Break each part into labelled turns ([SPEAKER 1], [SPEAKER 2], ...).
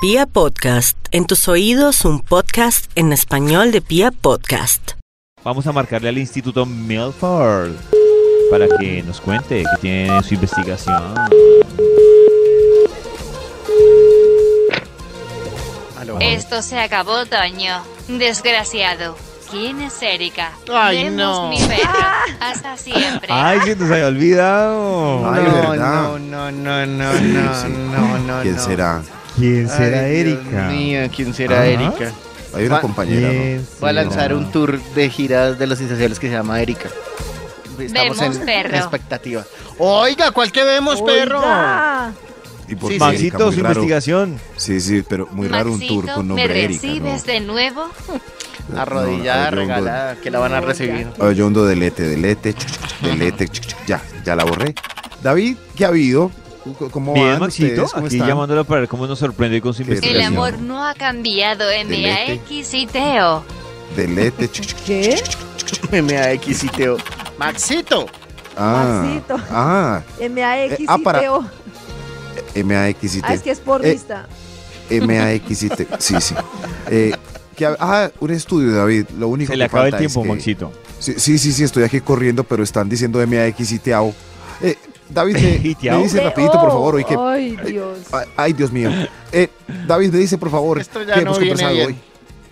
[SPEAKER 1] Pia Podcast, en tus oídos un podcast en español de Pia Podcast.
[SPEAKER 2] Vamos a marcarle al Instituto Milford para que nos cuente que tiene su investigación.
[SPEAKER 3] Esto se acabó, Toño. Desgraciado. ¿Quién es Erika?
[SPEAKER 4] Ay,
[SPEAKER 3] Demos
[SPEAKER 4] no.
[SPEAKER 3] mi perro. Hasta siempre.
[SPEAKER 5] Ah,
[SPEAKER 2] ¡Ay, se nos había olvidado!
[SPEAKER 5] Ay,
[SPEAKER 4] no,
[SPEAKER 5] ¿verdad?
[SPEAKER 4] no, no, no, no, no,
[SPEAKER 5] Sí.
[SPEAKER 4] no, no.
[SPEAKER 5] ¿Quién
[SPEAKER 4] no.
[SPEAKER 5] será? Ah,
[SPEAKER 2] ¿Quién
[SPEAKER 4] Ay,
[SPEAKER 2] será
[SPEAKER 4] Dios
[SPEAKER 2] Erika?
[SPEAKER 4] mío, ¿quién será
[SPEAKER 2] Ajá.
[SPEAKER 4] Erika?
[SPEAKER 5] Hay una
[SPEAKER 4] Va- eh,
[SPEAKER 5] compañera, ¿no?
[SPEAKER 4] Va a lanzar un tour de giras de los esenciales que se llama Erika. Estamos
[SPEAKER 3] Vemos
[SPEAKER 4] en
[SPEAKER 3] perro.
[SPEAKER 4] expectativa. Oiga, ¿cuál que vemos, perro?
[SPEAKER 5] ¿Y por
[SPEAKER 4] Sí,
[SPEAKER 5] qué
[SPEAKER 4] sí.
[SPEAKER 5] Erika?
[SPEAKER 2] Maxito,
[SPEAKER 5] Muy
[SPEAKER 2] su
[SPEAKER 5] raro.
[SPEAKER 2] investigación.
[SPEAKER 5] Sí, sí, pero muy raro un
[SPEAKER 3] Maxito,
[SPEAKER 5] tour con
[SPEAKER 3] ¿me este
[SPEAKER 5] nombre de Erika.
[SPEAKER 3] recibes de nuevo?
[SPEAKER 5] ¿no?
[SPEAKER 4] Arrodillada,
[SPEAKER 5] No, no, yo hundo-
[SPEAKER 4] regalada, que la van a recibir.
[SPEAKER 5] ah, yo hundo delete, delete, chuc, chuc, delete, chuc, chuc, ya, ya la borré. David, ¿qué ha habido? ¿Cómo
[SPEAKER 2] Bien,
[SPEAKER 5] van
[SPEAKER 2] Maxito,
[SPEAKER 5] ustedes? ¿Cómo
[SPEAKER 2] aquí
[SPEAKER 5] están?
[SPEAKER 2] llamándolo para ver cómo nos sorprende con su
[SPEAKER 5] Qué
[SPEAKER 3] El
[SPEAKER 5] Gracias.
[SPEAKER 2] investigación.
[SPEAKER 3] amor no ha cambiado
[SPEAKER 5] Delete.
[SPEAKER 3] M-A-X y Teo.
[SPEAKER 5] Delete, chuc, chuc.
[SPEAKER 6] ¿Qué?
[SPEAKER 4] MAXiteo. Maxito.
[SPEAKER 5] Ah,
[SPEAKER 6] Maxito.
[SPEAKER 5] ah,
[SPEAKER 6] MAX
[SPEAKER 5] Eh, ah, para- eh,
[SPEAKER 6] Teo.
[SPEAKER 5] MAX y
[SPEAKER 6] Ah, es que es porrista.
[SPEAKER 5] MAX y T. Sí, sí. Eh, ¿qué ha- ah, un estudio, David. Lo único
[SPEAKER 2] Se le
[SPEAKER 5] que
[SPEAKER 2] acaba el
[SPEAKER 5] falta es
[SPEAKER 2] tiempo,
[SPEAKER 5] que-
[SPEAKER 2] Maxito.
[SPEAKER 5] Sí, sí, sí, sí, estoy aquí corriendo, pero están diciendo MAX y Teao. Eh, David,
[SPEAKER 2] ¿Y
[SPEAKER 5] me,
[SPEAKER 2] Teao?
[SPEAKER 5] me dice
[SPEAKER 6] Teo.
[SPEAKER 5] rapidito, por favor, hoy que...
[SPEAKER 6] Ay, Dios.
[SPEAKER 5] Ay, ah, Ay, Dios mío. Eh, David, me dice, por favor,
[SPEAKER 4] Esto ya
[SPEAKER 5] que
[SPEAKER 4] no
[SPEAKER 5] hemos
[SPEAKER 4] viene
[SPEAKER 5] conversado
[SPEAKER 4] bien.
[SPEAKER 5] hoy.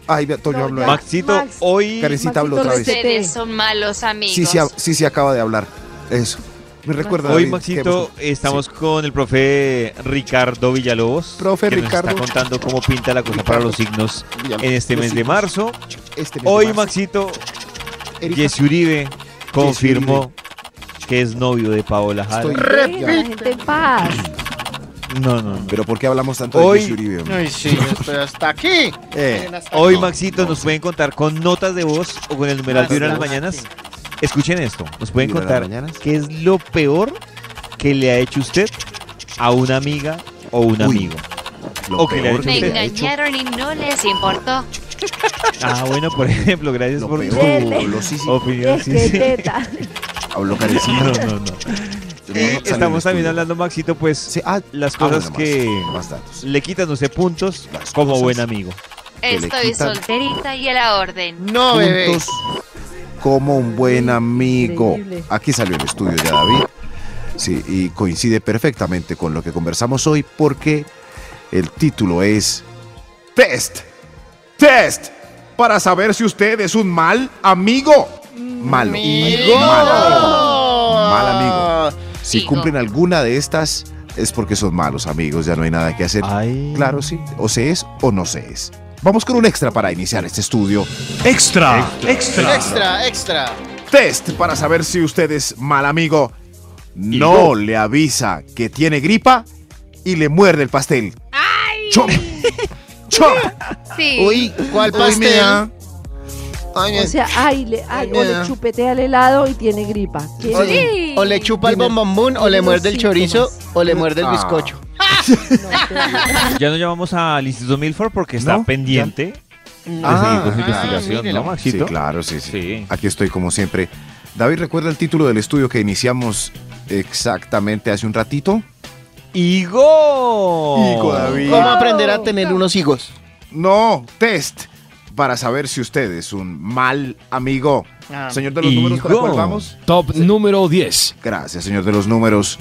[SPEAKER 5] Ay, vea, Toño
[SPEAKER 6] No,
[SPEAKER 5] habló.
[SPEAKER 6] ya.
[SPEAKER 5] Max,
[SPEAKER 2] Maxito,
[SPEAKER 6] Max.
[SPEAKER 2] hoy...
[SPEAKER 5] Karencita habló
[SPEAKER 6] Maxito
[SPEAKER 5] otra vez.
[SPEAKER 6] Resete.
[SPEAKER 3] Ustedes son malos amigos.
[SPEAKER 5] Sí, sí, ha- sí, sí, acaba de hablar. Eso. Me recuerda,
[SPEAKER 2] Hoy,
[SPEAKER 5] David, que
[SPEAKER 2] Maxito,
[SPEAKER 5] hemos-
[SPEAKER 2] estamos con el profe Ricardo Villalobos.
[SPEAKER 5] Profe
[SPEAKER 2] que Nos
[SPEAKER 5] Ricardo.
[SPEAKER 2] está contando cómo pinta la cosa para los signos en este
[SPEAKER 5] Los
[SPEAKER 2] mes de
[SPEAKER 5] signos.
[SPEAKER 2] marzo.
[SPEAKER 5] Este mes de
[SPEAKER 2] Hoy,
[SPEAKER 5] marzo.
[SPEAKER 2] Maxito,
[SPEAKER 5] Erika,
[SPEAKER 2] Jesse Uribe confirmó que es novio de Paola Jara.
[SPEAKER 5] Estoy-
[SPEAKER 6] Dejen a ¿eh? la gente en paz.
[SPEAKER 2] No, no, no.
[SPEAKER 5] Pero ¿por qué hablamos tanto
[SPEAKER 2] Hoy-
[SPEAKER 5] de Jesse Uribe? hombre?
[SPEAKER 4] Ay, sí, yo estoy hasta aquí.
[SPEAKER 5] Eh,
[SPEAKER 2] Hoy, Maxito, nos pueden contar con notas de voz o con el numeral de una de las
[SPEAKER 4] Notas de
[SPEAKER 2] mañanas. Escuchen esto. Nos pueden
[SPEAKER 5] Una de las
[SPEAKER 2] contar
[SPEAKER 5] mañanas.
[SPEAKER 2] qué es lo peor que le ha hecho usted a una amiga o un
[SPEAKER 5] Uy.
[SPEAKER 2] amigo.
[SPEAKER 5] lo
[SPEAKER 2] Ok, le ha
[SPEAKER 5] peor
[SPEAKER 2] dicho
[SPEAKER 5] que
[SPEAKER 3] Me
[SPEAKER 2] usted.
[SPEAKER 5] le ha hecho,
[SPEAKER 3] engañaron y no les importó.
[SPEAKER 2] Ah, bueno, por ejemplo, gracias
[SPEAKER 5] lo
[SPEAKER 2] por
[SPEAKER 5] peor,
[SPEAKER 6] Dele.
[SPEAKER 5] lo sí, sí,
[SPEAKER 2] tu opinión.
[SPEAKER 6] Es
[SPEAKER 2] Sí,
[SPEAKER 6] que
[SPEAKER 2] sí.
[SPEAKER 6] teta.
[SPEAKER 5] habló Karencita.
[SPEAKER 2] No, no, no.
[SPEAKER 5] Yo no
[SPEAKER 2] Y
[SPEAKER 5] lo sabía en el
[SPEAKER 2] estamos también
[SPEAKER 5] estudio.
[SPEAKER 2] hablando, Maxito, pues
[SPEAKER 5] Sí, ah,
[SPEAKER 2] las
[SPEAKER 5] ah, bueno,
[SPEAKER 2] cosas
[SPEAKER 5] más-
[SPEAKER 2] que
[SPEAKER 5] más datos.
[SPEAKER 2] le quitan usted puntos
[SPEAKER 5] Las
[SPEAKER 2] como
[SPEAKER 5] cosas.
[SPEAKER 2] buen amigo.
[SPEAKER 5] Que le
[SPEAKER 3] Estoy
[SPEAKER 5] quitan-
[SPEAKER 3] solterita y a la orden.
[SPEAKER 4] No, bebé.
[SPEAKER 5] juntos como un buen amigo.
[SPEAKER 6] Increíble.
[SPEAKER 5] Aquí salió el estudio de David. Sí, y coincide perfectamente con lo que conversamos hoy porque el título es Test. Test para saber si usted es un mal amigo. Malo.
[SPEAKER 4] Mm, ¡Amigo!
[SPEAKER 5] Malo. Mal amigo. Si
[SPEAKER 3] Amigo.
[SPEAKER 5] cumplen alguna de estas es porque son malos amigos, ya no hay nada que hacer.
[SPEAKER 2] Ay.
[SPEAKER 5] Claro, sí. O se es o no se es. Vamos con un extra para iniciar este estudio.
[SPEAKER 7] Extra, extra.
[SPEAKER 4] Extra, extra.
[SPEAKER 5] test para saber si usted es mal amigo. No le avisa que tiene gripa y le muerde el pastel. ¡Chop! ¡Chop!
[SPEAKER 3] Sí.
[SPEAKER 4] Uy, ¿cuál
[SPEAKER 5] Uy, me
[SPEAKER 4] pastel?
[SPEAKER 5] da.
[SPEAKER 4] Ay,
[SPEAKER 6] O sea, ay, le, ay, o le chupetea el helado y tiene gripa. ¿Qué?
[SPEAKER 4] O le, o le chupa el bombombón, o le
[SPEAKER 6] Tiene
[SPEAKER 4] muerde el
[SPEAKER 6] los
[SPEAKER 4] chorizo,
[SPEAKER 6] síntomas.
[SPEAKER 4] o le muerde el
[SPEAKER 5] Ah.
[SPEAKER 4] bizcocho.
[SPEAKER 2] Ya no llamamos al Instituto Milford porque está
[SPEAKER 5] No,
[SPEAKER 2] pendiente de seguir con su investigación, ¿no,
[SPEAKER 4] Ah, mírelo.
[SPEAKER 5] Sí,
[SPEAKER 2] Maxito?
[SPEAKER 5] claro, sí, sí,
[SPEAKER 2] Sí.
[SPEAKER 5] Aquí estoy como siempre. David, ¿recuerda el título del estudio que iniciamos exactamente hace un ratito?
[SPEAKER 2] ¡Higo!
[SPEAKER 5] Higo, David.
[SPEAKER 4] ¿Cómo aprender a tener unos higos?
[SPEAKER 5] No, test para saber si usted es un mal amigo.
[SPEAKER 4] Ah.
[SPEAKER 5] Señor de los números, ¿para
[SPEAKER 2] Higo.
[SPEAKER 5] cuál vamos?
[SPEAKER 7] Top número 10.
[SPEAKER 5] Gracias, señor de los números.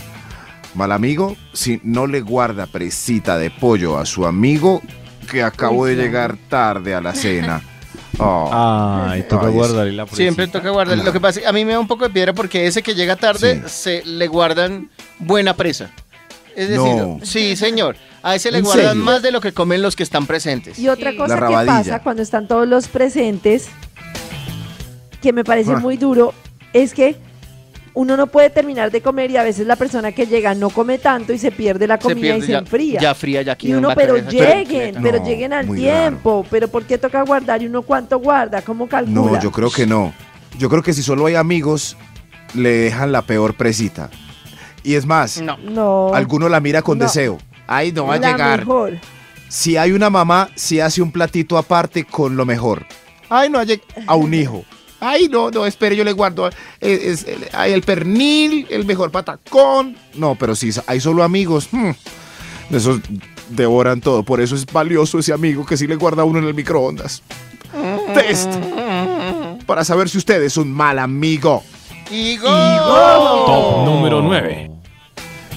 [SPEAKER 5] Mal amigo, si no le guarda presita de pollo a su amigo que acabó de llegar tarde a la cena. Oh,
[SPEAKER 2] Ah, Ay, toca
[SPEAKER 5] Ay, es-
[SPEAKER 2] guardarle la
[SPEAKER 4] Siempre
[SPEAKER 2] presita.
[SPEAKER 4] toca guardar. Lo que pasa, a mí me da un poco de piedra porque ese que llega tarde
[SPEAKER 5] Sí.
[SPEAKER 4] se le guardan buena presa. Es decir,
[SPEAKER 5] No.
[SPEAKER 4] sí, señor. A ese le
[SPEAKER 5] ¿En
[SPEAKER 4] guardan
[SPEAKER 5] serio?
[SPEAKER 4] más de lo que comen los que están presentes.
[SPEAKER 6] Y otra cosa que
[SPEAKER 5] rabadilla.
[SPEAKER 6] pasa cuando están todos los presentes, que me parece
[SPEAKER 5] Ah.
[SPEAKER 6] muy duro, es que uno no puede terminar de comer y a veces la persona que llega no come tanto y se pierde la comida y se
[SPEAKER 4] ya,
[SPEAKER 6] enfría.
[SPEAKER 4] Ya fría, ya aquí
[SPEAKER 6] y
[SPEAKER 4] en
[SPEAKER 6] uno,
[SPEAKER 4] vaca
[SPEAKER 6] pero
[SPEAKER 4] vieja.
[SPEAKER 6] lleguen, pero
[SPEAKER 5] No,
[SPEAKER 6] lleguen al
[SPEAKER 5] muy
[SPEAKER 6] tiempo, pero ¿por qué toca guardar y uno cuánto guarda? ¿Cómo calcula?
[SPEAKER 5] no, yo creo que no. Yo creo que si solo hay amigos, le dejan la peor presita. Y es más,
[SPEAKER 4] No.
[SPEAKER 6] No.
[SPEAKER 5] alguno la mira con
[SPEAKER 6] No.
[SPEAKER 5] deseo. Ay, no va a
[SPEAKER 6] la
[SPEAKER 5] llegar.
[SPEAKER 6] mejor.
[SPEAKER 5] Si hay una mamá, si hace un platito aparte con lo mejor. Ay, no, lleg- a un hijo. Ay, no, no, espere, yo le guardo. eh, es- el, ay, el pernil, el mejor patacón. No, pero si hay solo amigos, hmm, de esos devoran todo. Por eso es valioso ese amigo que sí le guarda a uno en el microondas. Test. Para saber si usted es un mal amigo.
[SPEAKER 8] Top número 9.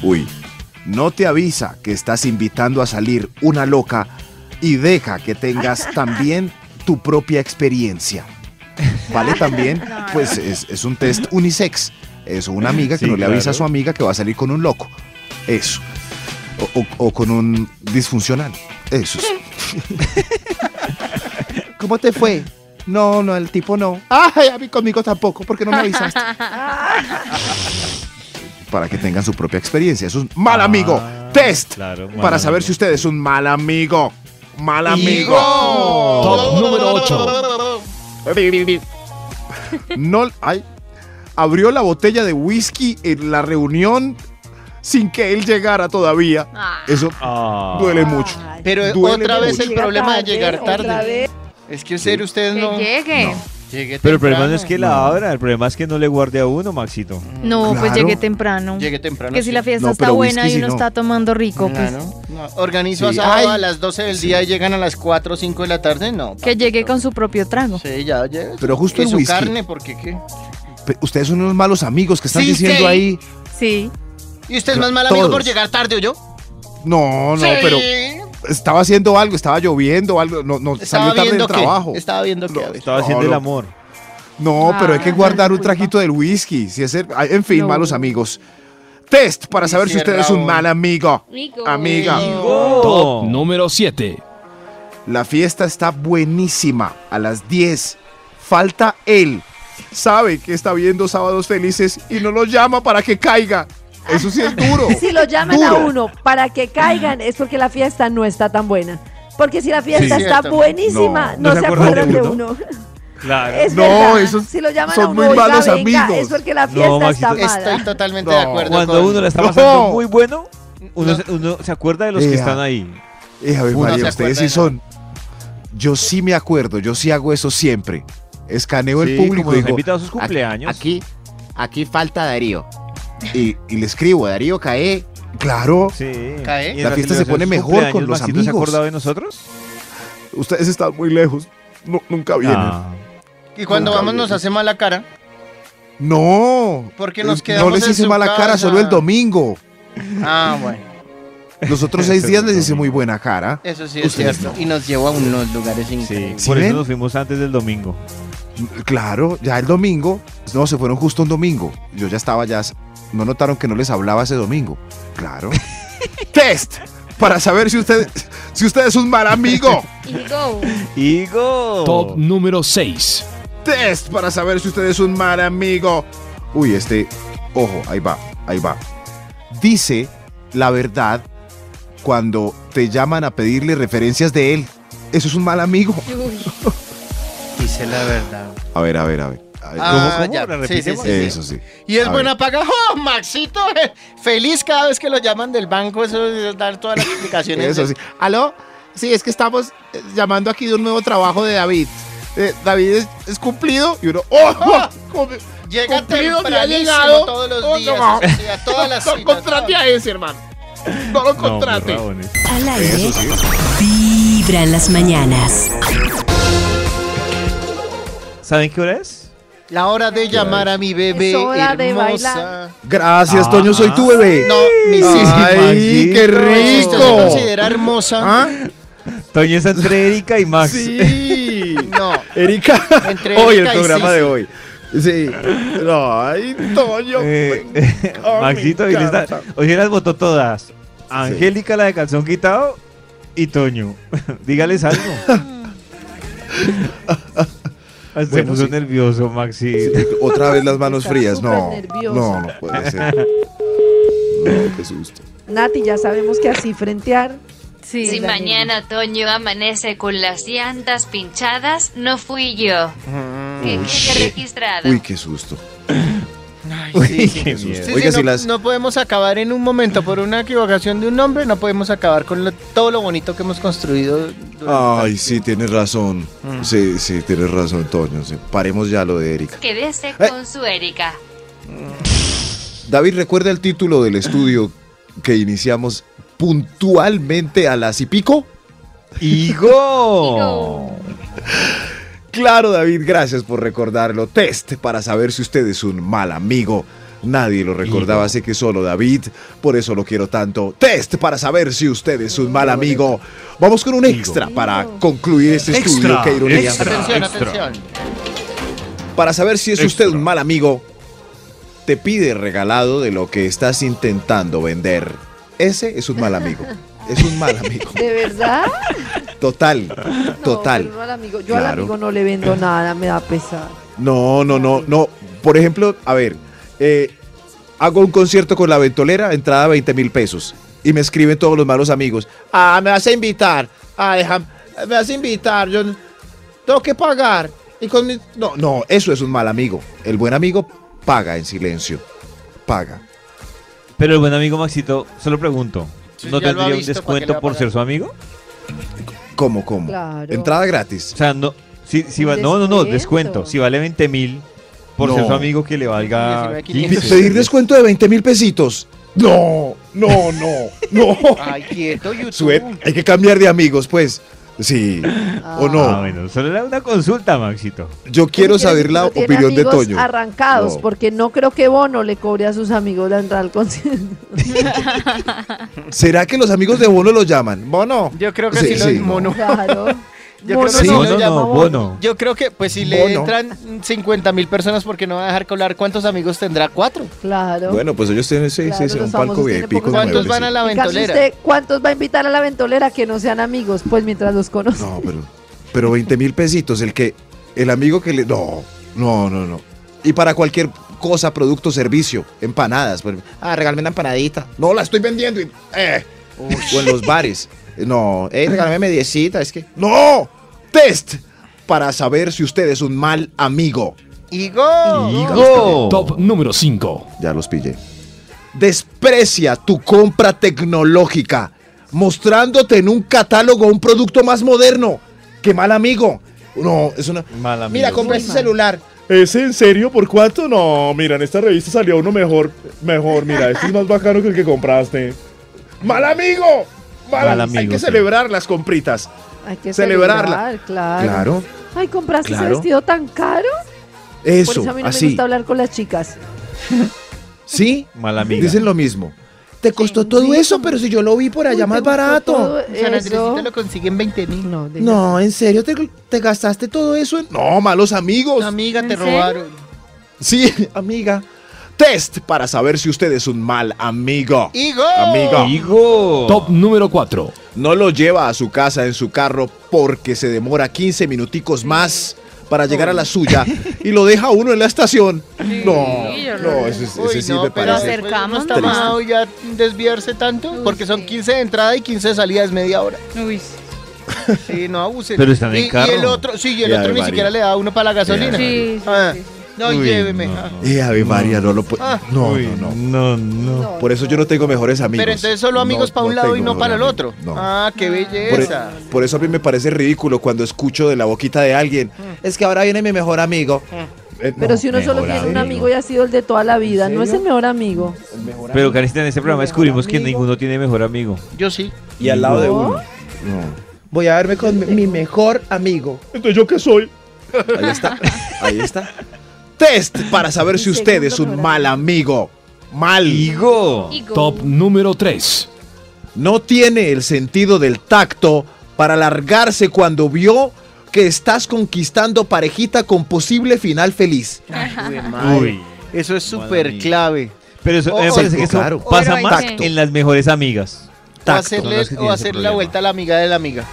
[SPEAKER 5] Uy, no te avisa que estás invitando a salir una loca y deja que tengas también tu propia experiencia. ¿Vale también? Pues es, es un test unisex. Eso, una amiga que
[SPEAKER 2] Sí,
[SPEAKER 5] no le avisa a
[SPEAKER 2] claro.
[SPEAKER 5] su amiga que va a salir con un loco. Eso. O, o- o con un disfuncional. Eso. ¿Cómo te fue? No, no, el tipo no. Ay, a mí conmigo tampoco, porque no me avisaste. Para que tengan su propia experiencia. Es un mal
[SPEAKER 2] Ah,
[SPEAKER 5] amigo. Test.
[SPEAKER 2] claro, mal
[SPEAKER 5] para saber
[SPEAKER 2] amigo.
[SPEAKER 5] si usted es un mal amigo. Mal amigo.
[SPEAKER 2] Oh.
[SPEAKER 8] Top número 8.
[SPEAKER 5] No, ay, abrió la botella de whisky en la reunión sin que él llegara todavía.
[SPEAKER 3] Ah.
[SPEAKER 5] Eso
[SPEAKER 2] Ah.
[SPEAKER 5] duele mucho.
[SPEAKER 6] Ay,
[SPEAKER 4] Pero
[SPEAKER 5] Duele
[SPEAKER 4] otra vez
[SPEAKER 5] mucho.
[SPEAKER 4] el problema de llegar
[SPEAKER 6] otra
[SPEAKER 4] tarde.
[SPEAKER 6] vez.
[SPEAKER 4] Es que en serio, ustedes
[SPEAKER 3] Que
[SPEAKER 4] no.
[SPEAKER 3] llegue.
[SPEAKER 4] Llegué
[SPEAKER 2] Pero el problema no
[SPEAKER 4] temprano.
[SPEAKER 2] es que la abra, el problema es que no le guarde a uno, Maxito.
[SPEAKER 9] No, pues
[SPEAKER 5] Claro.
[SPEAKER 9] llegué temprano.
[SPEAKER 4] Llegué temprano.
[SPEAKER 9] que si la
[SPEAKER 4] sí.
[SPEAKER 9] fiesta
[SPEAKER 5] No,
[SPEAKER 9] está
[SPEAKER 5] pero
[SPEAKER 9] buena
[SPEAKER 5] whisky
[SPEAKER 9] y
[SPEAKER 5] sí
[SPEAKER 9] uno
[SPEAKER 5] no.
[SPEAKER 9] está tomando rico, pues.
[SPEAKER 4] Claro. No, Organizo
[SPEAKER 5] Sí.
[SPEAKER 4] asado a
[SPEAKER 5] Ay.
[SPEAKER 4] las 12 del día y llegan a las 4 o 5 de la tarde. No.
[SPEAKER 9] Que llegue
[SPEAKER 4] papito.
[SPEAKER 9] con su propio trago.
[SPEAKER 4] Sí, ya, ya.
[SPEAKER 5] Pero justo
[SPEAKER 4] Y
[SPEAKER 5] el
[SPEAKER 4] su
[SPEAKER 5] whisky.
[SPEAKER 4] carne, porque qué.
[SPEAKER 5] Pe- Ustedes son unos malos amigos que están
[SPEAKER 4] Sí,
[SPEAKER 5] diciendo
[SPEAKER 4] sí.
[SPEAKER 5] ahí.
[SPEAKER 9] Sí.
[SPEAKER 4] ¿Y usted es
[SPEAKER 5] Claro,
[SPEAKER 4] más mal amigo por
[SPEAKER 5] todos.
[SPEAKER 4] llegar tarde o yo?
[SPEAKER 5] No, no, pero estaba haciendo algo, estaba lloviendo, algo, no, no
[SPEAKER 4] Estaba
[SPEAKER 5] salió tarde del
[SPEAKER 4] viendo que.
[SPEAKER 5] trabajo.
[SPEAKER 4] Estaba viendo que.
[SPEAKER 5] No,
[SPEAKER 4] a ver.
[SPEAKER 2] Estaba
[SPEAKER 5] No,
[SPEAKER 2] haciendo el
[SPEAKER 5] no.
[SPEAKER 2] amor.
[SPEAKER 5] No, pero hay que
[SPEAKER 9] Ah,
[SPEAKER 5] guardar un
[SPEAKER 9] disculpa.
[SPEAKER 5] traguito del whisky. Si es el- ay, en fin,
[SPEAKER 9] No.
[SPEAKER 5] malos amigos. Test para
[SPEAKER 4] Sí,
[SPEAKER 5] saber si
[SPEAKER 4] sí,
[SPEAKER 5] usted es un
[SPEAKER 4] Raúl.
[SPEAKER 5] mal amigo.
[SPEAKER 3] Amigo.
[SPEAKER 5] Amiga.
[SPEAKER 2] Oh.
[SPEAKER 8] Top número 7.
[SPEAKER 5] La fiesta está buenísima. A las 10. Falta él. Sabe que está viendo sábados felices y no lo llama para que caiga. Eso sí es duro.
[SPEAKER 6] Si lo llaman a
[SPEAKER 5] Duro.
[SPEAKER 6] uno para que caigan es porque la fiesta no está tan buena. Porque si la fiesta
[SPEAKER 4] Sí.
[SPEAKER 6] está
[SPEAKER 4] Cierto.
[SPEAKER 6] buenísima,
[SPEAKER 2] No,
[SPEAKER 6] no,
[SPEAKER 2] no se
[SPEAKER 6] se
[SPEAKER 2] acuerdan
[SPEAKER 6] acuerdan
[SPEAKER 2] de
[SPEAKER 6] de
[SPEAKER 2] uno.
[SPEAKER 6] uno.
[SPEAKER 2] Claro.
[SPEAKER 6] Es
[SPEAKER 5] No,
[SPEAKER 6] verdad.
[SPEAKER 5] esos
[SPEAKER 6] si lo llaman
[SPEAKER 5] son
[SPEAKER 6] a uno,
[SPEAKER 5] muy
[SPEAKER 6] oiga,
[SPEAKER 5] malos
[SPEAKER 6] venga,
[SPEAKER 5] amigos.
[SPEAKER 6] es porque la
[SPEAKER 2] No,
[SPEAKER 6] fiesta está
[SPEAKER 2] Maxito,
[SPEAKER 6] mala.
[SPEAKER 4] Estoy totalmente
[SPEAKER 5] No,
[SPEAKER 4] de acuerdo.
[SPEAKER 2] Cuando
[SPEAKER 4] con-
[SPEAKER 2] uno la está
[SPEAKER 5] No.
[SPEAKER 2] pasando muy bueno, uno,
[SPEAKER 4] No.
[SPEAKER 2] se, uno se acuerda de los que
[SPEAKER 5] Ea.
[SPEAKER 2] están ahí.
[SPEAKER 5] Eh, Ave
[SPEAKER 4] Uno
[SPEAKER 5] María,
[SPEAKER 4] se
[SPEAKER 5] ustedes
[SPEAKER 4] acuerda
[SPEAKER 5] sí
[SPEAKER 4] de
[SPEAKER 5] son. Yo sí me acuerdo, yo sí hago eso siempre. Escaneo
[SPEAKER 2] Sí,
[SPEAKER 5] el público
[SPEAKER 2] como
[SPEAKER 5] y
[SPEAKER 2] los
[SPEAKER 5] digo,
[SPEAKER 2] invitados a sus cumpleaños.
[SPEAKER 4] Aquí, aquí falta Darío.
[SPEAKER 5] y, y le escribo, Darío cae. Claro,
[SPEAKER 2] Sí.
[SPEAKER 4] Cae.
[SPEAKER 2] Y en
[SPEAKER 5] La fiesta se
[SPEAKER 2] celebración de
[SPEAKER 5] pone
[SPEAKER 2] sus
[SPEAKER 5] mejor
[SPEAKER 2] cumpleaños,
[SPEAKER 5] con los
[SPEAKER 2] Maxito, ¿Se ha
[SPEAKER 5] amigos.
[SPEAKER 2] acordado de nosotros?
[SPEAKER 5] ustedes están muy lejos. No, nunca vienen.
[SPEAKER 2] Ah.
[SPEAKER 4] Y cuando
[SPEAKER 5] Nunca
[SPEAKER 4] vamos nos
[SPEAKER 5] viene.
[SPEAKER 4] hace mala cara.
[SPEAKER 5] No.
[SPEAKER 4] Porque nos
[SPEAKER 5] eh,
[SPEAKER 4] quedamos
[SPEAKER 5] No les
[SPEAKER 4] en
[SPEAKER 5] hice
[SPEAKER 4] su
[SPEAKER 5] mala cara,
[SPEAKER 4] casa.
[SPEAKER 5] solo el domingo.
[SPEAKER 4] Ah, bueno.
[SPEAKER 5] Los otros seis días les hice muy buena cara.
[SPEAKER 4] Eso sí es
[SPEAKER 5] Ustedes
[SPEAKER 4] cierto.
[SPEAKER 5] no.
[SPEAKER 4] Y nos llevó a unos lugares
[SPEAKER 2] Sí,
[SPEAKER 4] increíbles.
[SPEAKER 5] ¿Sí
[SPEAKER 2] por
[SPEAKER 5] ven?
[SPEAKER 2] eso nos fuimos antes del domingo.
[SPEAKER 5] Claro, ya el domingo. pues, No, se fueron justo un domingo. Yo ya estaba ya. No notaron que no les hablaba ese domingo. Claro. Test para saber si usted, si usted es un mal amigo.
[SPEAKER 3] Amigo.
[SPEAKER 2] ¡Higo!
[SPEAKER 8] Top número 6.
[SPEAKER 5] Test para saber si usted es un mal amigo. Uy, este. Ojo, ahí va, ahí va. Dice la verdad cuando te llaman a pedirle referencias de él. Eso es un mal amigo.
[SPEAKER 9] Uy.
[SPEAKER 4] Dice la verdad.
[SPEAKER 5] A ver, a ver, a ver. A ver,
[SPEAKER 4] Ah,
[SPEAKER 2] ¿Cómo, cómo?
[SPEAKER 4] ya.
[SPEAKER 2] ¿La
[SPEAKER 4] Sí, sí,
[SPEAKER 2] repetimos?
[SPEAKER 4] sí, sí.
[SPEAKER 5] Eso sí.
[SPEAKER 4] Y es
[SPEAKER 5] A
[SPEAKER 4] buena paga. ¡Oh, Maxito! Feliz cada vez que lo llaman del banco. Eso es dar todas las explicaciones.
[SPEAKER 5] Eso sí. ¿Aló? Sí, es que estamos eh, llamando aquí de un nuevo trabajo de David. Eh, David es, es cumplido y uno. ¡Oh! Cum-
[SPEAKER 4] Llega
[SPEAKER 5] Cumplido, ya ha
[SPEAKER 4] tempranísimo
[SPEAKER 5] llegado.
[SPEAKER 4] todos
[SPEAKER 5] Oh, no.
[SPEAKER 4] los días. o sea, a todas las
[SPEAKER 5] No
[SPEAKER 4] citas,
[SPEAKER 5] contrate
[SPEAKER 4] todas.
[SPEAKER 5] a ese, hermano. No lo
[SPEAKER 2] No,
[SPEAKER 5] contrate.
[SPEAKER 2] mis rabones.
[SPEAKER 1] Al aire. Vibra en las mañanas.
[SPEAKER 2] ¿Saben qué hora es?
[SPEAKER 4] La hora de llamar a mi bebé
[SPEAKER 6] Es hora de
[SPEAKER 4] hermosa.
[SPEAKER 6] bailar.
[SPEAKER 5] Gracias,
[SPEAKER 2] Ah.
[SPEAKER 5] Toño, soy tu bebé.
[SPEAKER 4] No, mi sí.
[SPEAKER 5] ¡Ay,
[SPEAKER 4] Si
[SPEAKER 5] qué
[SPEAKER 4] usted se
[SPEAKER 5] rico!
[SPEAKER 4] considera hermosa,
[SPEAKER 5] ¿Ah?
[SPEAKER 2] Toño es entre Erika y Max.
[SPEAKER 5] Sí.
[SPEAKER 4] no.
[SPEAKER 5] Erika,
[SPEAKER 4] Entre
[SPEAKER 5] hoy el
[SPEAKER 4] Erika y
[SPEAKER 5] programa
[SPEAKER 4] Sisi.
[SPEAKER 5] de hoy. Sí. No, ay, Toño.
[SPEAKER 2] Eh,
[SPEAKER 5] Oh,
[SPEAKER 2] Maxito,
[SPEAKER 5] me
[SPEAKER 2] hoy les da-
[SPEAKER 5] encanta.
[SPEAKER 2] hoy se las votó todas. Angélica, la de calzón quitado, y Toño. Dígales algo. Ay, Se
[SPEAKER 5] Bueno,
[SPEAKER 2] puso
[SPEAKER 5] sí.
[SPEAKER 2] nervioso, Maxi.
[SPEAKER 5] eh, Otra vez las manos
[SPEAKER 6] Está
[SPEAKER 5] frías.
[SPEAKER 6] súper
[SPEAKER 5] No,
[SPEAKER 6] nervioso.
[SPEAKER 5] no, no puede ser. No, qué susto.
[SPEAKER 6] Nati, ya sabemos que así frentear.
[SPEAKER 9] Sí.
[SPEAKER 3] Si
[SPEAKER 6] Daniel.
[SPEAKER 3] mañana Toño amanece con las llantas pinchadas, no fui yo. Que quede registrado.
[SPEAKER 5] Mm. Uy, qué susto.
[SPEAKER 4] Ay,
[SPEAKER 2] Uy,
[SPEAKER 4] sí, sí.
[SPEAKER 2] qué
[SPEAKER 4] Sí,
[SPEAKER 2] miedo.
[SPEAKER 4] sí,
[SPEAKER 5] Oiga,
[SPEAKER 4] no,
[SPEAKER 5] si las-
[SPEAKER 4] no podemos acabar en un momento por una equivocación de un nombre, no podemos acabar con lo- todo lo bonito que hemos construido. durante-
[SPEAKER 5] Ay, sí, tienes razón.
[SPEAKER 4] Mm.
[SPEAKER 5] Sí, sí, tienes razón, Toño. sí. Paremos ya lo de Erika.
[SPEAKER 3] Quédese
[SPEAKER 5] Eh.
[SPEAKER 3] con su Erika.
[SPEAKER 5] David, recuerda el título del estudio que iniciamos puntualmente a las y pico? Oh.
[SPEAKER 2] Higo.
[SPEAKER 5] Claro, David, gracias por recordarlo. Test para saber si usted es un mal amigo. Nadie lo recordaba, así que solo David. Por eso lo quiero tanto. Test para saber si usted es un mal amigo. Vamos con un extra para concluir este estudio. Qué ironía.
[SPEAKER 4] Atención, atención.
[SPEAKER 5] Para saber si es usted un mal amigo, te pide regalado de lo que estás intentando vender. Ese es un mal amigo. Es un mal amigo.
[SPEAKER 6] ¿De verdad?
[SPEAKER 5] Total,
[SPEAKER 6] No,
[SPEAKER 5] total.
[SPEAKER 6] pero no al amigo. Yo al
[SPEAKER 5] Claro.
[SPEAKER 6] amigo no le vendo nada, me da pesar.
[SPEAKER 5] No, no, no, no. Por ejemplo, a ver, eh, hago un concierto con la ventolera, entrada 20 mil pesos. Y me escriben todos los malos amigos. Ah, me vas a invitar. Ah, déjame. Me vas a invitar. Yo tengo que pagar. Y con mi- No, no, eso es un mal amigo. El buen amigo paga en silencio. Paga.
[SPEAKER 2] Pero el buen amigo Maxito, solo pregunto,
[SPEAKER 4] Sí,
[SPEAKER 2] ¿no
[SPEAKER 4] ya lo ha
[SPEAKER 2] tendría un
[SPEAKER 4] visto, ¿para qué
[SPEAKER 2] descuento
[SPEAKER 4] le va a
[SPEAKER 2] por
[SPEAKER 4] pagar?
[SPEAKER 2] ser su amigo?
[SPEAKER 5] ¿Cómo, cómo?
[SPEAKER 6] Claro.
[SPEAKER 5] Entrada gratis.
[SPEAKER 2] O sea, no, si, si
[SPEAKER 6] Un
[SPEAKER 2] va- no, no, no,
[SPEAKER 6] descuento.
[SPEAKER 2] descuento. Si vale 20 mil por
[SPEAKER 5] No.
[SPEAKER 2] ser su amigo que le valga
[SPEAKER 4] 19,
[SPEAKER 2] 15.
[SPEAKER 4] Sí.
[SPEAKER 5] Pedir descuento de 20 mil pesitos. No, no, no, no.
[SPEAKER 4] Ay, quieto, YouTube.
[SPEAKER 5] Sue- hay que cambiar de amigos, pues. Sí. O no.
[SPEAKER 2] Ah, bueno, solo era una consulta, Maxito.
[SPEAKER 5] Yo quiero
[SPEAKER 6] Quiere decir
[SPEAKER 5] saber
[SPEAKER 6] que
[SPEAKER 5] la
[SPEAKER 6] no tiene
[SPEAKER 5] opinión de
[SPEAKER 6] amigos
[SPEAKER 5] Toño.
[SPEAKER 6] Arrancados,
[SPEAKER 5] No.
[SPEAKER 6] porque no creo que Bono le cobre a sus amigos la entrada al concierto.
[SPEAKER 5] ¿Será que los amigos de Bono lo llaman? Bono.
[SPEAKER 4] Yo creo que
[SPEAKER 5] Sí,
[SPEAKER 4] sí, lo
[SPEAKER 5] sí,
[SPEAKER 4] mono.
[SPEAKER 6] Claro.
[SPEAKER 4] Yo creo
[SPEAKER 6] Bono
[SPEAKER 4] que sí
[SPEAKER 6] no
[SPEAKER 4] lo
[SPEAKER 6] le
[SPEAKER 2] Bono,
[SPEAKER 6] llama
[SPEAKER 2] no, Bono.
[SPEAKER 4] Yo creo que, pues, si le
[SPEAKER 5] Bono.
[SPEAKER 4] entran 50 mil personas, porque no va a dejar colar? ¿Cuántos amigos tendrá? ¿Cuatro?
[SPEAKER 6] Claro.
[SPEAKER 5] Bueno, pues ellos tienen sí, sí,
[SPEAKER 6] Claro,
[SPEAKER 5] sí,
[SPEAKER 6] los
[SPEAKER 5] un palco
[SPEAKER 6] famosos tienen
[SPEAKER 5] VIP. con
[SPEAKER 6] pocos
[SPEAKER 4] ¿Cuántos
[SPEAKER 5] muebles,
[SPEAKER 4] van
[SPEAKER 5] sí.
[SPEAKER 4] a la
[SPEAKER 6] En cambio,
[SPEAKER 4] ventolera?
[SPEAKER 6] usted, ¿cuántos va a invitar a la ventolera que no sean amigos? Pues mientras los conoce.
[SPEAKER 5] No, pero, pero 20 mil pesitos. El que, el amigo que le. No, no, no, no. Y para cualquier cosa, producto, servicio, empanadas. por ejemplo. Ah, regálame una empanadita. No, la estoy vendiendo. y- eh. O en los bares. No, eh, regálame mediecita. Es que. ¡No! ¡Test! Para saber si usted es un mal amigo.
[SPEAKER 4] ¡Higo!
[SPEAKER 2] Higo.
[SPEAKER 8] Top número 5.
[SPEAKER 5] Ya los pillé. Desprecia tu compra tecnológica, mostrándote en un catálogo un producto más moderno. ¡Qué mal amigo! No, es una.
[SPEAKER 2] Mal amigo.
[SPEAKER 5] Mira, compré
[SPEAKER 6] Muy
[SPEAKER 5] ese
[SPEAKER 6] mal.
[SPEAKER 5] celular.
[SPEAKER 10] ¿Es en serio? ¿Por cuánto? No, mira, en esta revista salió uno mejor. Mejor, mira, este es más bacano que el que compraste. ¡Mal amigo! ¡Mal,
[SPEAKER 2] Mal
[SPEAKER 10] amigo! Hay
[SPEAKER 2] amigo,
[SPEAKER 10] que
[SPEAKER 2] sí.
[SPEAKER 10] celebrar las compritas.
[SPEAKER 6] Hay que
[SPEAKER 10] Celebrarla.
[SPEAKER 6] celebrar, claro. Ay, ¿compraste ese
[SPEAKER 5] Claro.
[SPEAKER 6] vestido tan caro? Por
[SPEAKER 5] Eso,
[SPEAKER 6] eso a mí no me
[SPEAKER 5] así.
[SPEAKER 6] gusta hablar con las chicas.
[SPEAKER 5] ¿Sí?
[SPEAKER 2] Mal amigo.
[SPEAKER 5] Dicen lo mismo. Te costó todo eso, pero si yo lo vi por allá
[SPEAKER 6] Uy,
[SPEAKER 5] más
[SPEAKER 6] ¿te gustó todo
[SPEAKER 5] barato.
[SPEAKER 4] San
[SPEAKER 6] eso?
[SPEAKER 4] Andresito lo consiguen 20 mil.
[SPEAKER 6] No, de-
[SPEAKER 5] No, ¿en serio te, te gastaste todo eso? en- No, malos amigos.
[SPEAKER 4] Amiga, te
[SPEAKER 11] ¿En serio?
[SPEAKER 4] robaron.
[SPEAKER 5] Sí, amiga. Test para saber si usted es un mal amigo.
[SPEAKER 4] ¡Higo!
[SPEAKER 5] Amigo.
[SPEAKER 2] Higo.
[SPEAKER 8] Top número 4.
[SPEAKER 5] No lo lleva a su casa en su carro porque se demora 15 minuticos más para llegar a la suya y lo deja uno en la estación. No,
[SPEAKER 11] yo lo
[SPEAKER 5] no,
[SPEAKER 11] veo.
[SPEAKER 5] ese, ese
[SPEAKER 4] Uy,
[SPEAKER 5] sí
[SPEAKER 4] no,
[SPEAKER 5] me
[SPEAKER 4] pero
[SPEAKER 5] parece.
[SPEAKER 11] hacer-
[SPEAKER 4] después uno
[SPEAKER 11] Acercamos
[SPEAKER 4] está
[SPEAKER 5] nomás.
[SPEAKER 4] mamado ya desviarse tanto,
[SPEAKER 11] Uy,
[SPEAKER 4] porque son
[SPEAKER 11] sí.
[SPEAKER 4] 15 de entrada y 15 de salida es media hora.
[SPEAKER 11] Uy, sí.
[SPEAKER 4] Sí, no abusen.
[SPEAKER 2] Pero están en
[SPEAKER 4] y,
[SPEAKER 2] carro.
[SPEAKER 4] Y el otro, sí, y el
[SPEAKER 5] Ya,
[SPEAKER 4] otro ni
[SPEAKER 5] María.
[SPEAKER 4] siquiera le da a uno para la gasolina.
[SPEAKER 11] Sí, sí,
[SPEAKER 4] Ah,
[SPEAKER 11] sí, sí.
[SPEAKER 4] No,
[SPEAKER 2] Uy,
[SPEAKER 4] lléveme.
[SPEAKER 2] no,
[SPEAKER 4] Ah.
[SPEAKER 2] no.
[SPEAKER 5] Eh, Ave María, no lo puedo.
[SPEAKER 4] Ah.
[SPEAKER 5] No,
[SPEAKER 2] Uy,
[SPEAKER 5] no,
[SPEAKER 2] no,
[SPEAKER 5] no.
[SPEAKER 2] no.
[SPEAKER 5] Por eso yo no tengo mejores amigos.
[SPEAKER 4] Pero entonces solo amigos
[SPEAKER 5] No,
[SPEAKER 4] para un
[SPEAKER 5] no
[SPEAKER 4] lado y
[SPEAKER 5] tengo
[SPEAKER 4] no para el
[SPEAKER 5] mejores
[SPEAKER 4] otro.
[SPEAKER 5] amigos. No.
[SPEAKER 4] Ah, qué
[SPEAKER 5] Por,
[SPEAKER 4] belleza.
[SPEAKER 5] por eso a mí me parece ridículo cuando escucho de la boquita de alguien.
[SPEAKER 4] Mm.
[SPEAKER 5] Es que ahora viene mi mejor amigo. Eh, no,
[SPEAKER 6] Pero si uno solo
[SPEAKER 2] mejor
[SPEAKER 6] tiene un
[SPEAKER 2] amigo.
[SPEAKER 6] amigo y ha sido el de toda la vida,
[SPEAKER 5] ¿En
[SPEAKER 6] no es
[SPEAKER 5] serio?
[SPEAKER 6] el mejor amigo.
[SPEAKER 5] el mejor
[SPEAKER 2] Pero
[SPEAKER 5] amigo.
[SPEAKER 2] Carista, en este programa
[SPEAKER 6] Mejor
[SPEAKER 2] descubrimos que
[SPEAKER 6] amigo.
[SPEAKER 2] ninguno tiene mejor amigo.
[SPEAKER 5] e-
[SPEAKER 4] Yo sí.
[SPEAKER 5] y al lado de
[SPEAKER 6] ¿No?
[SPEAKER 5] uno. No. Voy a verme con mi- mi mejor amigo.
[SPEAKER 10] Entonces, ¿yo qué soy?
[SPEAKER 5] Ahí está. Ahí está. Test para saber
[SPEAKER 6] Mi
[SPEAKER 5] si usted
[SPEAKER 6] segundo
[SPEAKER 5] es un
[SPEAKER 6] programa.
[SPEAKER 5] mal amigo. Mal.
[SPEAKER 2] Higo.
[SPEAKER 3] Higo.
[SPEAKER 8] Top número 3.
[SPEAKER 5] No tiene el sentido del tacto para largarse cuando vio que estás conquistando parejita con posible final feliz.
[SPEAKER 2] Uy.
[SPEAKER 4] Eso es
[SPEAKER 2] Buen
[SPEAKER 4] súper
[SPEAKER 2] amigo.
[SPEAKER 4] clave.
[SPEAKER 2] Pero eso,
[SPEAKER 4] O-
[SPEAKER 2] me
[SPEAKER 4] o-
[SPEAKER 2] parece que eso
[SPEAKER 5] claro.
[SPEAKER 2] pasa
[SPEAKER 11] Pero
[SPEAKER 2] más
[SPEAKER 11] ahí sí.
[SPEAKER 2] en las mejores amigas.
[SPEAKER 4] O
[SPEAKER 5] Tacto,
[SPEAKER 2] son
[SPEAKER 4] hacerle,
[SPEAKER 2] las que
[SPEAKER 4] o
[SPEAKER 2] tienen ese
[SPEAKER 4] hacer la
[SPEAKER 2] problema.
[SPEAKER 4] vuelta a la amiga de la amiga.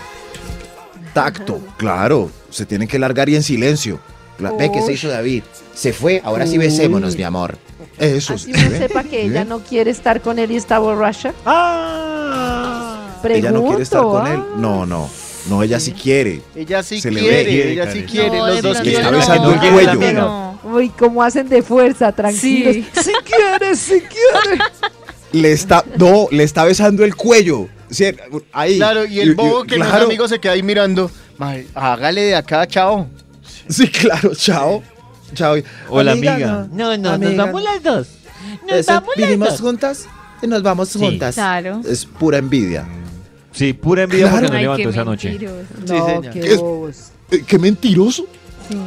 [SPEAKER 5] Tacto, claro. Se tienen que largar y en silencio. La- Ve que se hizo David. Se fue, ahora sí besémonos, mi amor. Eso
[SPEAKER 6] Así
[SPEAKER 5] sí. ¿eh?
[SPEAKER 6] uno
[SPEAKER 5] ¿ve?
[SPEAKER 6] sepa que
[SPEAKER 5] ¿Sí
[SPEAKER 6] ella
[SPEAKER 5] ve?
[SPEAKER 6] no quiere estar con él y está borracha.
[SPEAKER 5] ¡Ah! Ella no quiere estar con él.
[SPEAKER 6] Pregunto, ah.
[SPEAKER 5] No, no. No, ella sí quiere.
[SPEAKER 4] Ella sí
[SPEAKER 5] Se le
[SPEAKER 4] quiere,
[SPEAKER 2] ve.
[SPEAKER 4] ella sí
[SPEAKER 2] No,
[SPEAKER 4] quiere.
[SPEAKER 11] No,
[SPEAKER 4] los dos
[SPEAKER 11] de pronto
[SPEAKER 5] que está
[SPEAKER 11] no,
[SPEAKER 5] besando el
[SPEAKER 11] de
[SPEAKER 5] cuello.
[SPEAKER 11] pronto
[SPEAKER 2] Venga.
[SPEAKER 11] no.
[SPEAKER 6] ¿ah? Uy, cómo hacen de fuerza, tranquilos.
[SPEAKER 11] Sí.
[SPEAKER 6] Si quieres, si quieres.
[SPEAKER 5] Le está, no, le está besando el cuello. Sí, Ahí.
[SPEAKER 4] Claro, y el bobo que los
[SPEAKER 5] claro.
[SPEAKER 4] amigos se queda ahí mirando. "Mae, hágale de acá, chao.
[SPEAKER 5] Sí, claro, chao. Chao.
[SPEAKER 2] O la amiga.
[SPEAKER 5] No, no, nos vamos las dos. Nos vamos las dos. eh, juntas? y nos vamos
[SPEAKER 2] Sí.
[SPEAKER 5] juntas.
[SPEAKER 11] Claro.
[SPEAKER 5] Es pura envidia.
[SPEAKER 2] Sí, pura envidia porque no
[SPEAKER 11] Ay, qué
[SPEAKER 2] levantó esa noche.
[SPEAKER 11] mentiroso.
[SPEAKER 6] No,
[SPEAKER 4] señor.
[SPEAKER 6] qué
[SPEAKER 5] Es-
[SPEAKER 6] bobos.
[SPEAKER 5] Eh, ¡Qué mentiroso!
[SPEAKER 11] Sí.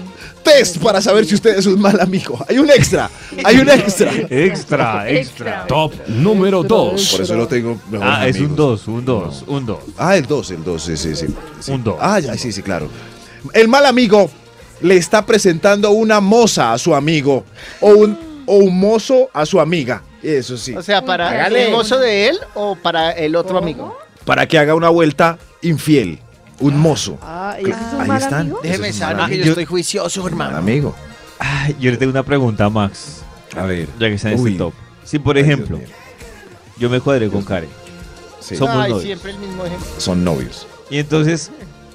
[SPEAKER 5] Test para saber si usted es un mal amigo. Hay un extra. Hay un extra.
[SPEAKER 2] Extra, extra.
[SPEAKER 8] Top número 2.
[SPEAKER 12] Por eso no tengo mejores
[SPEAKER 2] Ah, es un
[SPEAKER 12] amigos.
[SPEAKER 2] 2, un 2, un 2.
[SPEAKER 5] Ah, el 2, el 2, sí, sí, sí. Sí.
[SPEAKER 2] Un dos.
[SPEAKER 5] Ah, ya, sí, sí, claro. El mal amigo le está presentando una moza a su amigo o un, o un mozo a su amiga. Eso sí.
[SPEAKER 4] O sea, para
[SPEAKER 5] Hágale.
[SPEAKER 4] el mozo de él o para el otro amigo.
[SPEAKER 5] Para que haga una vuelta infiel. Un mozo.
[SPEAKER 6] Ah, ¿ese es un
[SPEAKER 5] Ahí
[SPEAKER 6] mal
[SPEAKER 5] están.
[SPEAKER 6] amigo?
[SPEAKER 5] Ese es un
[SPEAKER 4] Déjeme
[SPEAKER 5] mal
[SPEAKER 4] saber que
[SPEAKER 5] amigo.
[SPEAKER 4] yo estoy juicioso,
[SPEAKER 5] Mal
[SPEAKER 4] hermano.
[SPEAKER 5] amigo.
[SPEAKER 2] Ay, yo le tengo una pregunta a Max,
[SPEAKER 5] A ver.
[SPEAKER 2] ya que está en
[SPEAKER 5] Uy.
[SPEAKER 2] este top. Si, por
[SPEAKER 5] Ay, Dios
[SPEAKER 2] ejemplo,
[SPEAKER 5] mío.
[SPEAKER 2] yo me cuadré con Karen
[SPEAKER 5] Sí.
[SPEAKER 2] Somos
[SPEAKER 4] Ay,
[SPEAKER 2] novios.
[SPEAKER 4] siempre el mismo ejemplo.
[SPEAKER 5] Son novios.
[SPEAKER 2] y entonces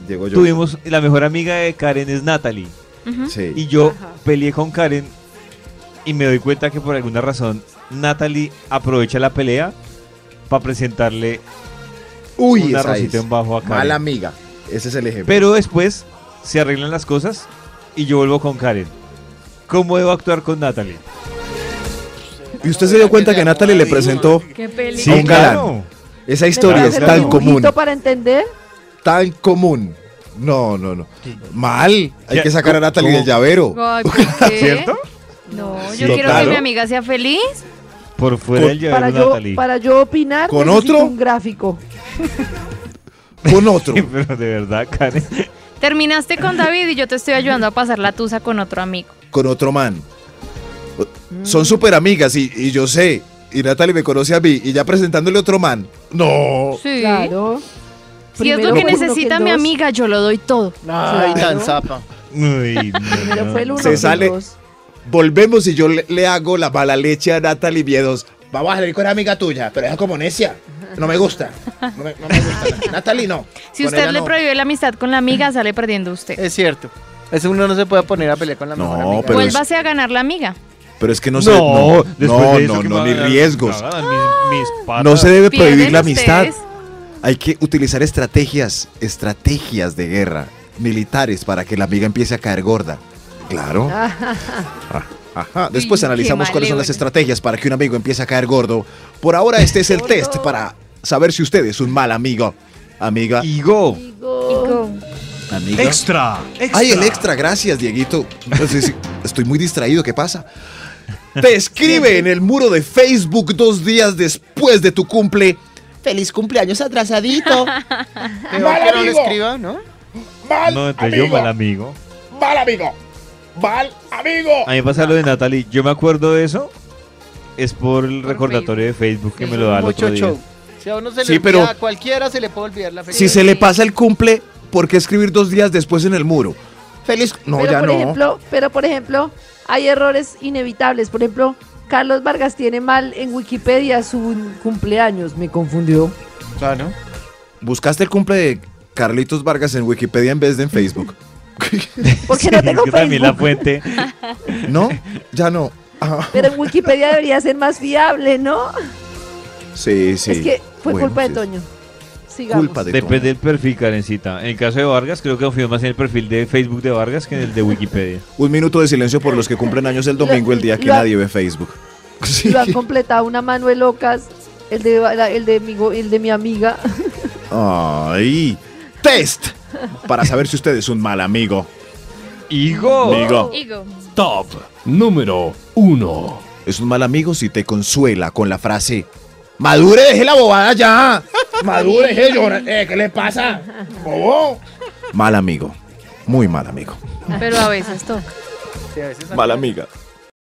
[SPEAKER 5] Llego yo.
[SPEAKER 2] tuvimos la mejor amiga de Karen es Natalie
[SPEAKER 11] Ujú.
[SPEAKER 5] Sí.
[SPEAKER 2] y yo
[SPEAKER 6] Ajá.
[SPEAKER 2] peleé con Karen y me doy cuenta que por alguna razón Natalie aprovecha la pelea para presentarle
[SPEAKER 5] Uy,
[SPEAKER 2] una
[SPEAKER 5] esa
[SPEAKER 2] rosita
[SPEAKER 5] es.
[SPEAKER 2] en bajo a Karen.
[SPEAKER 5] Mala amiga. Ese es el ejemplo.
[SPEAKER 2] Pero después se arreglan las cosas y yo vuelvo con Karen. ¿Cómo debo actuar con Natalie?
[SPEAKER 5] ¿Y usted se dio cuenta que Natalie le presentó
[SPEAKER 11] Qué peligro.
[SPEAKER 5] Sí, un galán. esa historia?
[SPEAKER 6] ¿Me
[SPEAKER 5] Es
[SPEAKER 6] puede hacer
[SPEAKER 5] tan
[SPEAKER 6] un
[SPEAKER 5] común.
[SPEAKER 6] dibujito para entender?
[SPEAKER 5] Tan común. No, no, no. Mal. Hay
[SPEAKER 2] Ya,
[SPEAKER 5] que sacar a
[SPEAKER 2] ¿cómo-
[SPEAKER 5] Natalie del
[SPEAKER 2] cómo?
[SPEAKER 5] llavero.
[SPEAKER 11] Ay, ¿por qué?
[SPEAKER 2] ¿Cierto?
[SPEAKER 11] No, yo
[SPEAKER 2] Sí,
[SPEAKER 11] quiero
[SPEAKER 2] claro.
[SPEAKER 11] que mi amiga sea feliz.
[SPEAKER 2] Por fuera
[SPEAKER 5] Con-
[SPEAKER 2] del
[SPEAKER 6] Para
[SPEAKER 2] llavero
[SPEAKER 6] yo,
[SPEAKER 2] Natalie.
[SPEAKER 6] para yo opinar,
[SPEAKER 5] ¿Con
[SPEAKER 6] necesito
[SPEAKER 5] otro?
[SPEAKER 6] un gráfico.
[SPEAKER 5] Con otro.
[SPEAKER 2] Sí, pero de verdad, Karen.
[SPEAKER 11] Terminaste con David y yo te estoy ayudando a pasar la tusa con otro amigo.
[SPEAKER 5] con otro man.
[SPEAKER 11] Mm.
[SPEAKER 5] Son súper amigas y, y yo sé. Y Natalie me conoce a mí y ya presentándole otro man. No.
[SPEAKER 11] Sí.
[SPEAKER 6] Claro.
[SPEAKER 11] Si es lo
[SPEAKER 6] Primero
[SPEAKER 11] que
[SPEAKER 6] fue uno,
[SPEAKER 11] necesita
[SPEAKER 6] que
[SPEAKER 11] mi
[SPEAKER 6] el dos.
[SPEAKER 11] amiga, yo lo doy todo.
[SPEAKER 4] Ay, tan zapa.
[SPEAKER 2] Uy, no,
[SPEAKER 6] Primero
[SPEAKER 2] no,
[SPEAKER 6] fue el
[SPEAKER 2] no.
[SPEAKER 6] uno,
[SPEAKER 5] Se
[SPEAKER 6] el
[SPEAKER 5] sale.
[SPEAKER 6] dos.
[SPEAKER 5] Volvemos y yo le, le hago la mala leche a Natalie Viedos. Vamos a salir con una amiga tuya, pero es como necia. No me gusta. No me, no me gusta. Natalie, no.
[SPEAKER 11] Si
[SPEAKER 5] Con
[SPEAKER 11] usted
[SPEAKER 5] ella
[SPEAKER 11] le
[SPEAKER 5] no.
[SPEAKER 11] prohíbe la amistad con la amiga, sale perdiendo usted.
[SPEAKER 4] Es cierto. Ese uno no se puede poner a pelear con la
[SPEAKER 5] No,
[SPEAKER 4] mejor amiga.
[SPEAKER 5] pero es-
[SPEAKER 11] Vuélvase a ganar la amiga.
[SPEAKER 5] Pero es que no,
[SPEAKER 2] No,
[SPEAKER 5] se. No,
[SPEAKER 2] después
[SPEAKER 5] no,
[SPEAKER 2] de eso,
[SPEAKER 5] no,
[SPEAKER 2] ¿qué
[SPEAKER 5] no,
[SPEAKER 2] me van a
[SPEAKER 5] ni
[SPEAKER 2] dar?
[SPEAKER 5] riesgos.
[SPEAKER 2] Me van a dar mis- mis patas.
[SPEAKER 5] No se debe prohibir
[SPEAKER 11] Pierden
[SPEAKER 5] la amistad.
[SPEAKER 11] ustedes.
[SPEAKER 5] Hay que utilizar estrategias, estrategias de guerra, militares, para que la amiga empiece a caer gorda. Claro. Ah, ajá. Después
[SPEAKER 11] qué
[SPEAKER 5] analizamos cuáles son las
[SPEAKER 11] malévola.
[SPEAKER 5] estrategias para que un amigo empiece a caer gordo. Por ahora este es el test para saber si usted es un mal amigo. Amiga.
[SPEAKER 2] Y go.
[SPEAKER 11] Chico,
[SPEAKER 5] Amiga.
[SPEAKER 8] Extra.
[SPEAKER 5] Ay, el extra, gracias, Dieguito. No sé si- estoy muy distraído, ¿qué pasa? Te escribe en el muro de Facebook dos días después de tu cumple. Feliz cumpleaños atrasadito.
[SPEAKER 4] Peor que no lo escriba, ¿no?
[SPEAKER 10] Mal
[SPEAKER 2] No, entonces yo
[SPEAKER 10] amigo.
[SPEAKER 2] mal amigo.
[SPEAKER 10] Mal amigo. Mal amigo.
[SPEAKER 2] A mí me pasa lo de Natalie. Yo me acuerdo de eso. Es por el recordatorio de Facebook que me lo da el
[SPEAKER 4] Mucho
[SPEAKER 2] otro día.
[SPEAKER 4] show. Si a uno se le
[SPEAKER 5] Sí,
[SPEAKER 4] olvida,
[SPEAKER 5] pero-
[SPEAKER 4] a cualquiera se le puede olvidar la fecha.
[SPEAKER 5] Si se le pasa el cumple, ¿por qué escribir dos días después en el muro? Feliz. No,
[SPEAKER 6] pero
[SPEAKER 5] ya
[SPEAKER 6] por
[SPEAKER 5] no.
[SPEAKER 6] ejemplo, pero por ejemplo, hay errores inevitables. Por ejemplo, Carlos Vargas tiene mal en Wikipedia su cumpleaños, me confundió.
[SPEAKER 4] Claro.
[SPEAKER 5] Buscaste el cumple de Carlitos Vargas en Wikipedia en vez de en Facebook.
[SPEAKER 6] Porque no tengo
[SPEAKER 2] Yo también la
[SPEAKER 6] Facebook,
[SPEAKER 2] fuente.
[SPEAKER 5] ¿No? Ya no. Ah,
[SPEAKER 6] pero en Wikipedia debería ser más fiable, ¿no?
[SPEAKER 5] sí, sí.
[SPEAKER 6] Es que fue
[SPEAKER 5] Bueno,
[SPEAKER 6] culpa de
[SPEAKER 5] sí es
[SPEAKER 6] Toño. Sigamos.
[SPEAKER 5] Culpa de
[SPEAKER 2] Depende del perfil, Karencita. En el caso de Vargas, creo que confío más en el perfil de Facebook de Vargas que en el de Wikipedia.
[SPEAKER 5] Un minuto de silencio por los que cumplen años el domingo, el día que
[SPEAKER 6] Lo-
[SPEAKER 5] nadie ve Facebook. Sí.
[SPEAKER 6] Lo han completado una Manuel Ocas, el de, la- el de, mi, go- el de mi amiga.
[SPEAKER 5] Ay. Test para saber si usted es un mal amigo.
[SPEAKER 2] Y
[SPEAKER 6] Oh.
[SPEAKER 2] go.
[SPEAKER 5] Amigo.
[SPEAKER 11] Igo.
[SPEAKER 8] Top número 1.
[SPEAKER 5] Es un mal amigo si te consuela con la frase: Madure, deje la bobada ya.
[SPEAKER 10] Madure, eh, llora. Eh, ¿qué le pasa? Bobo.
[SPEAKER 5] Mal amigo. Muy mal amigo.
[SPEAKER 11] Pero a veces toca.
[SPEAKER 4] Sí, a veces
[SPEAKER 5] Mal amiga.